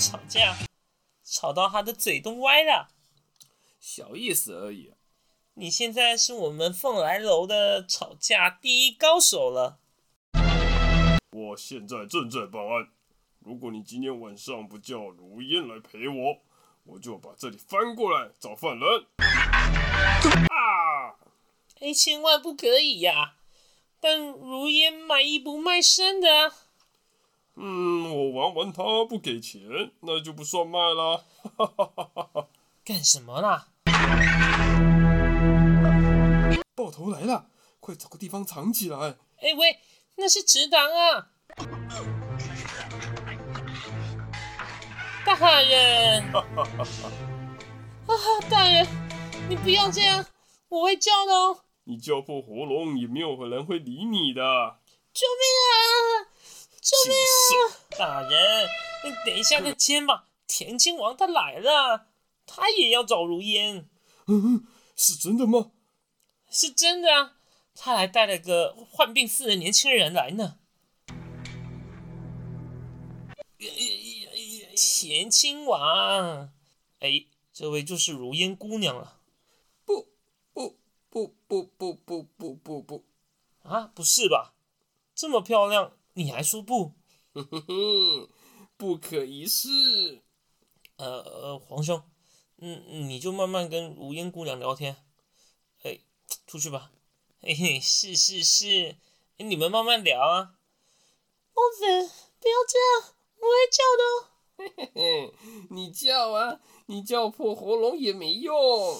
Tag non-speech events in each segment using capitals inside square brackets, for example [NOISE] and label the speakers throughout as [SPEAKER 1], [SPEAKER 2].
[SPEAKER 1] 吵架，吵到他的嘴都歪了。
[SPEAKER 2] 小意思而已。
[SPEAKER 1] 你现在是我们凤来楼的吵架第一高手了。
[SPEAKER 2] 我现在正在办案，如果你今天晚上不叫如烟来陪我，我就把这里翻过来找犯人。啊！
[SPEAKER 1] 哎，千万不可以呀、但如烟卖艺不卖身的啊。
[SPEAKER 2] 嗯，我玩完他不给钱，那就不算卖啦。哈哈哈哈哈！
[SPEAKER 1] 干什么啦？
[SPEAKER 2] [LAUGHS] 爆头来了，快找个地方藏起来。
[SPEAKER 1] 哎喂，那是直党啊！大人，啊，大人，你不要这样，我会叫的哦！
[SPEAKER 2] 你叫破喉咙也没有人会理你的。
[SPEAKER 1] 救命啊！救
[SPEAKER 2] 就
[SPEAKER 1] 命！
[SPEAKER 2] 是，
[SPEAKER 1] 大人，你等一下再牵吧，田亲王他来了，他也要找如烟，
[SPEAKER 2] 嗯，是真的吗？
[SPEAKER 1] 是真的啊！他还带了个患病似的年轻人来呢。田亲王，哎，这位就是如烟姑娘了
[SPEAKER 2] 不不不不不不不不不，
[SPEAKER 1] 啊？不是吧？这么漂亮，你还说不？
[SPEAKER 2] 哼哼，嗯不可一世。
[SPEAKER 1] 呃呃，皇兄，嗯，你就慢慢跟如烟姑娘聊天，哎，出去吧，嘿嘿，是是是，哎你们慢慢聊啊。公子，不要这样，我会叫的。哦
[SPEAKER 2] 嘿嘿，你叫啊，你叫破喉咙也没用。
[SPEAKER 1] 不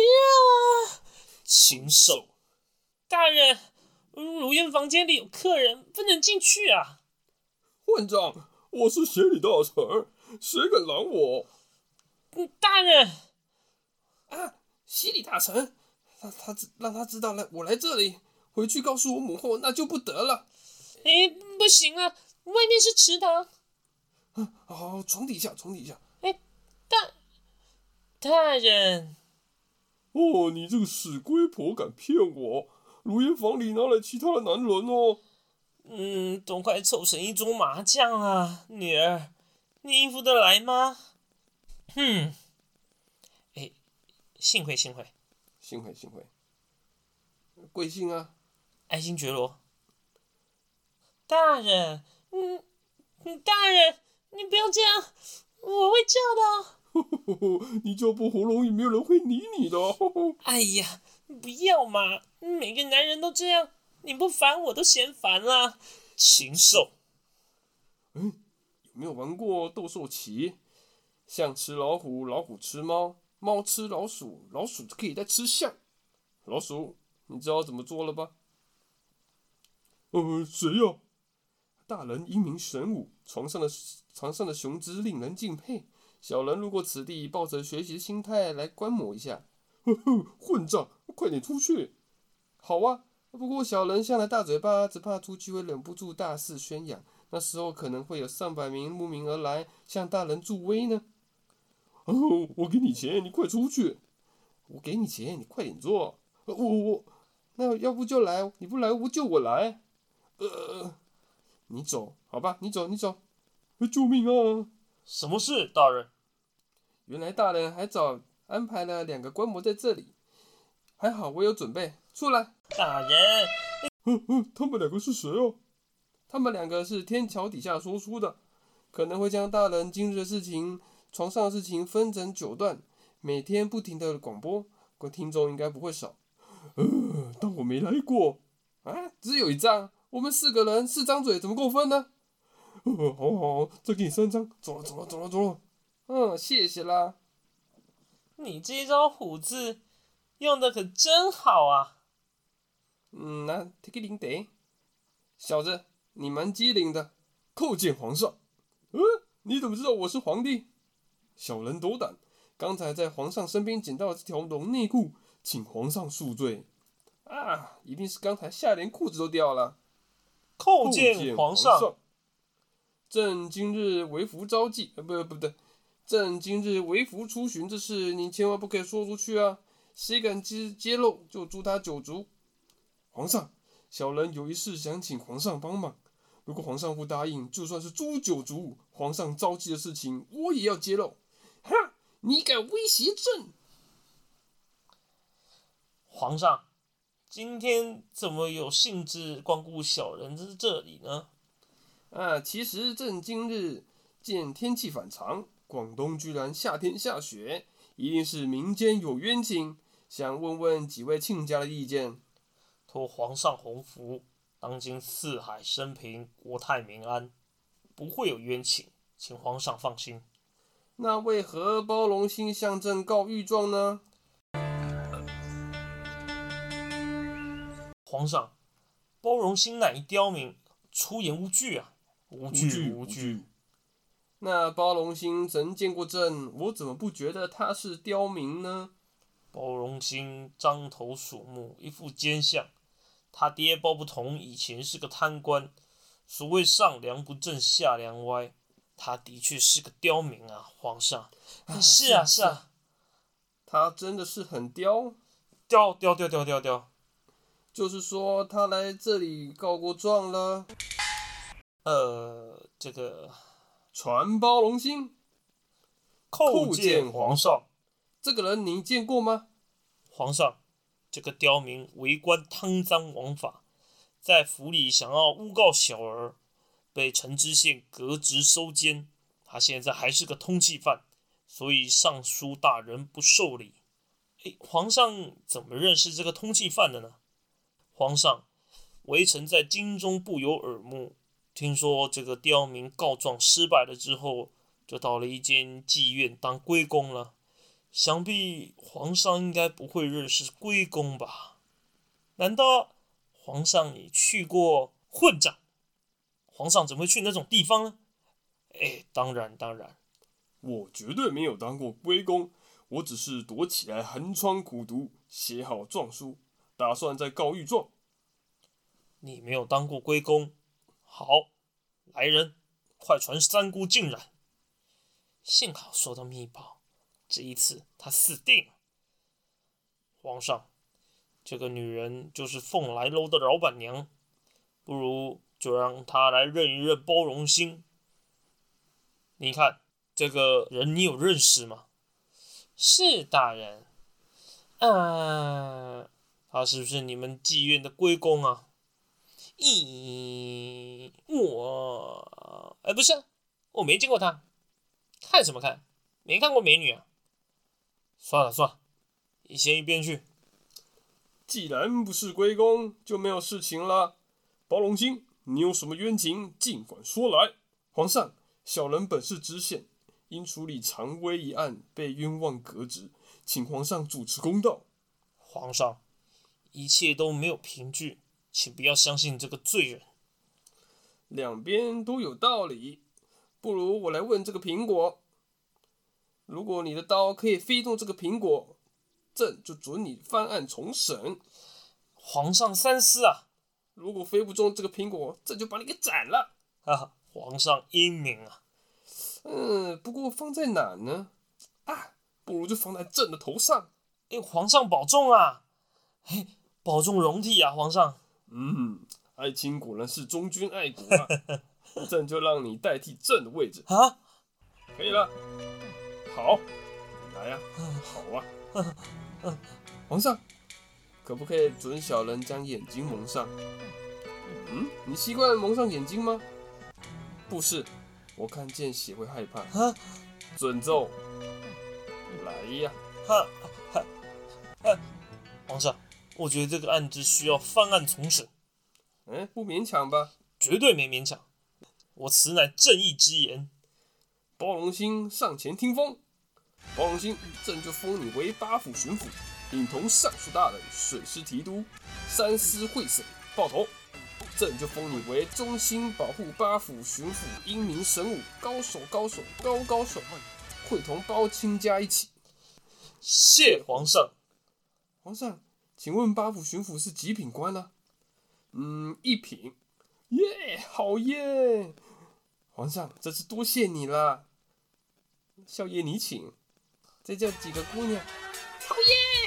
[SPEAKER 1] 要啊！禽兽！大人，如烟房间里有客人，不能进去啊！
[SPEAKER 2] 混账，我是协理大臣，谁敢拦我？
[SPEAKER 1] 嗯大人，
[SPEAKER 2] 协理大臣，让他知让他知道了我来这里，回去告诉我母后，那就不得了。
[SPEAKER 1] 哎，不行啊，外面是池塘。
[SPEAKER 2] 好，哦床底下，床底下。
[SPEAKER 1] 大，大人。
[SPEAKER 2] 哦，你这个死龟婆敢骗我！如烟房里拿来其他的男人哦。
[SPEAKER 1] 嗯，都快凑成一桌麻将了，女儿，你应付得来吗？哼，哎，幸会幸会，
[SPEAKER 2] 幸会幸会，贵姓啊？
[SPEAKER 1] 爱新觉罗。大人，嗯，嗯大人，你不要这样，我会叫的。
[SPEAKER 2] 哦你叫破喉咙也没有人会理你的。 [LAUGHS]
[SPEAKER 1] 哎呀，不要嘛，每个男人都这样，你不烦我都嫌烦啦，禽兽！
[SPEAKER 2] 有没有玩过斗兽棋？象吃老虎，老虎吃猫，猫吃老鼠，老鼠可以再吃象。老鼠，你知道怎么做了吧？呃，谁呀、大人英明神武，床上的床上的雄姿令人敬佩。小人路过此地，抱着学习的心态来观摩一下。呵呵，混账，快点出去！好啊，不过小人向来大嘴巴，只怕出去会忍不住大肆宣扬。那时候可能会有上百名慕名而来向大人助威呢。哦，我给你钱，你快出去！我给你钱，你快点做。呃我我，那要不就来，你不来不就我来。呃，你走，好吧，你走，你走。呃救命啊！
[SPEAKER 1] 什么事，大人？
[SPEAKER 2] 原来大人还早安排了两个观摩在这里，还好我有准备。出来。
[SPEAKER 1] 大人，
[SPEAKER 2] 嗯嗯，他们两个是谁哦？他们两个是天桥底下说书的，可能会将大人今日的事情、床上的事情分成九段，每天不停的广播，观听众应该不会少。呃，但我没来过啊，只有一张，我们四个人四张嘴怎么够分呢？呃，好好好，再给你三张，走了走了走了走了。嗯，谢谢啦。
[SPEAKER 1] 你这招虎字用的可真好啊！
[SPEAKER 2] 嗯，那 take 零得，小子，你蛮机灵的，叩见皇上。嗯，你怎么知道我是皇帝？小人斗胆，刚才在皇上身边捡到这条龙内裤，请皇上恕罪。啊，一定是刚才下连裤子都掉了。
[SPEAKER 1] 叩见皇上。。
[SPEAKER 2] 朕今日为服招妓，呃，不，不对，朕今日为服出巡，这事您千万不可以说出去啊！谁敢揭揭露，就诛他九族。皇上，小人有一事想请皇上帮忙。如果皇上不答应，就算是诛九族，皇上召集的事情，我也要揭露。哼，你敢威胁朕？
[SPEAKER 1] 皇上，今天怎么有兴致光顾小人在这里呢？
[SPEAKER 2] 啊，其实朕今日见天气反常，广东居然夏天下雪，一定是民间有冤情，想问问几位亲家的意见。
[SPEAKER 1] 托皇上洪福，当今四海升平，国泰民安，不会有冤情，请皇上放心。
[SPEAKER 2] 那为何包容心向朕告御状呢？
[SPEAKER 1] 皇上，包容心乃一刁民，出言无据啊！无据无据。。
[SPEAKER 2] 那包容心曾见过朕，我怎么不觉得他是刁民呢？
[SPEAKER 1] 包容心张头鼠目，一副奸相。他爹包不同以前是个贪官，所谓上梁不正下梁歪，他的确是个刁民啊，皇上。是啊是啊，
[SPEAKER 2] 他真的是很刁，
[SPEAKER 1] 刁刁刁刁刁刁。
[SPEAKER 2] 就是说他来这里告过状了。
[SPEAKER 1] 呃，这个
[SPEAKER 2] 传包容心
[SPEAKER 1] 叩
[SPEAKER 2] 见
[SPEAKER 1] 见
[SPEAKER 2] 皇
[SPEAKER 1] 皇上，
[SPEAKER 2] 这个人你见过吗？
[SPEAKER 1] 皇上，这个刁民为官贪赃枉法，在府里想要诬告小儿，被陈知县革职收监。他现在还是个通缉犯，所以尚书大人不受理。哎，皇上怎么认识这个通缉犯的呢？皇上，微臣在京中部有耳目，听说这个刁民告状失败了之后，就到了一间妓院当龟公了。想必皇上应该不会认识龟公吧？难道皇上你去过混账？皇上怎么会去那种地方呢？哎，当然当然，
[SPEAKER 2] 我绝对没有当过龟公，我只是躲起来寒窗苦读，写好状书，打算再告御状。
[SPEAKER 1] 你没有当过龟公。好，来人，快传三姑进来。幸好收到密报，这一次他死定了。皇上，这个女人就是凤来楼的老板娘，不如就让她来认一认包容心。你看这个人，你有认识吗？是大人。嗯，他是不是你们妓院的龟公啊？咦，我，哎，不是啊，我没见过他，看什么看？没看过美女啊。算了算了，你先一边去。
[SPEAKER 2] 既然不是龟公，就没有事情啦。包容心，你有什么冤情，尽管说来。皇上，小人本是知县，因处理常威一案被冤枉革职，请皇上主持公道。
[SPEAKER 1] 皇上，一切都没有凭据，请不要相信这个罪人。
[SPEAKER 2] 两边都有道理，不如我来问这个苹果。如果你的刀可以飞动这个苹果，朕就准你翻案重审；
[SPEAKER 1] 皇上三思啊！
[SPEAKER 2] 如果飞不中这个苹果，朕就把你给斩了。
[SPEAKER 1] 哈哈，啊皇上英明啊！
[SPEAKER 2] 嗯，不过放在哪呢？啊，不如就放在朕的头上。
[SPEAKER 1] 哎，皇上保重啊！嘿，保重容体啊，皇上。
[SPEAKER 2] 嗯，爱卿果然是忠君爱国啊！朕就让你代替朕的位置，
[SPEAKER 1] 啊，
[SPEAKER 2] 可以了。好，来呀、好啊。皇上，可不可以准小人将眼睛蒙上？嗯，你习惯蒙上眼睛吗？不是，我看见血会害怕。
[SPEAKER 1] 啊
[SPEAKER 2] 准奏。来呀、
[SPEAKER 1] 哈哈哈！皇上，我觉得这个案子需要翻案重审。
[SPEAKER 2] 嗯，不勉强吧。
[SPEAKER 1] 绝对没勉强。我此乃正义之言。
[SPEAKER 2] 包容心上前听封，包容心，朕就封你为八府巡抚，领同尚书大人、水师提督、三司会审、报头。朕就封你为忠心保护八府巡抚，英明神武，高手高手高高手，会同包青家一起。
[SPEAKER 1] 谢皇上。
[SPEAKER 2] 皇上，请问八府巡抚是几品官呢、嗯，一品。耶，好耶！皇上，这次多谢你啦。少爷，你请。再叫几个姑娘。好耶！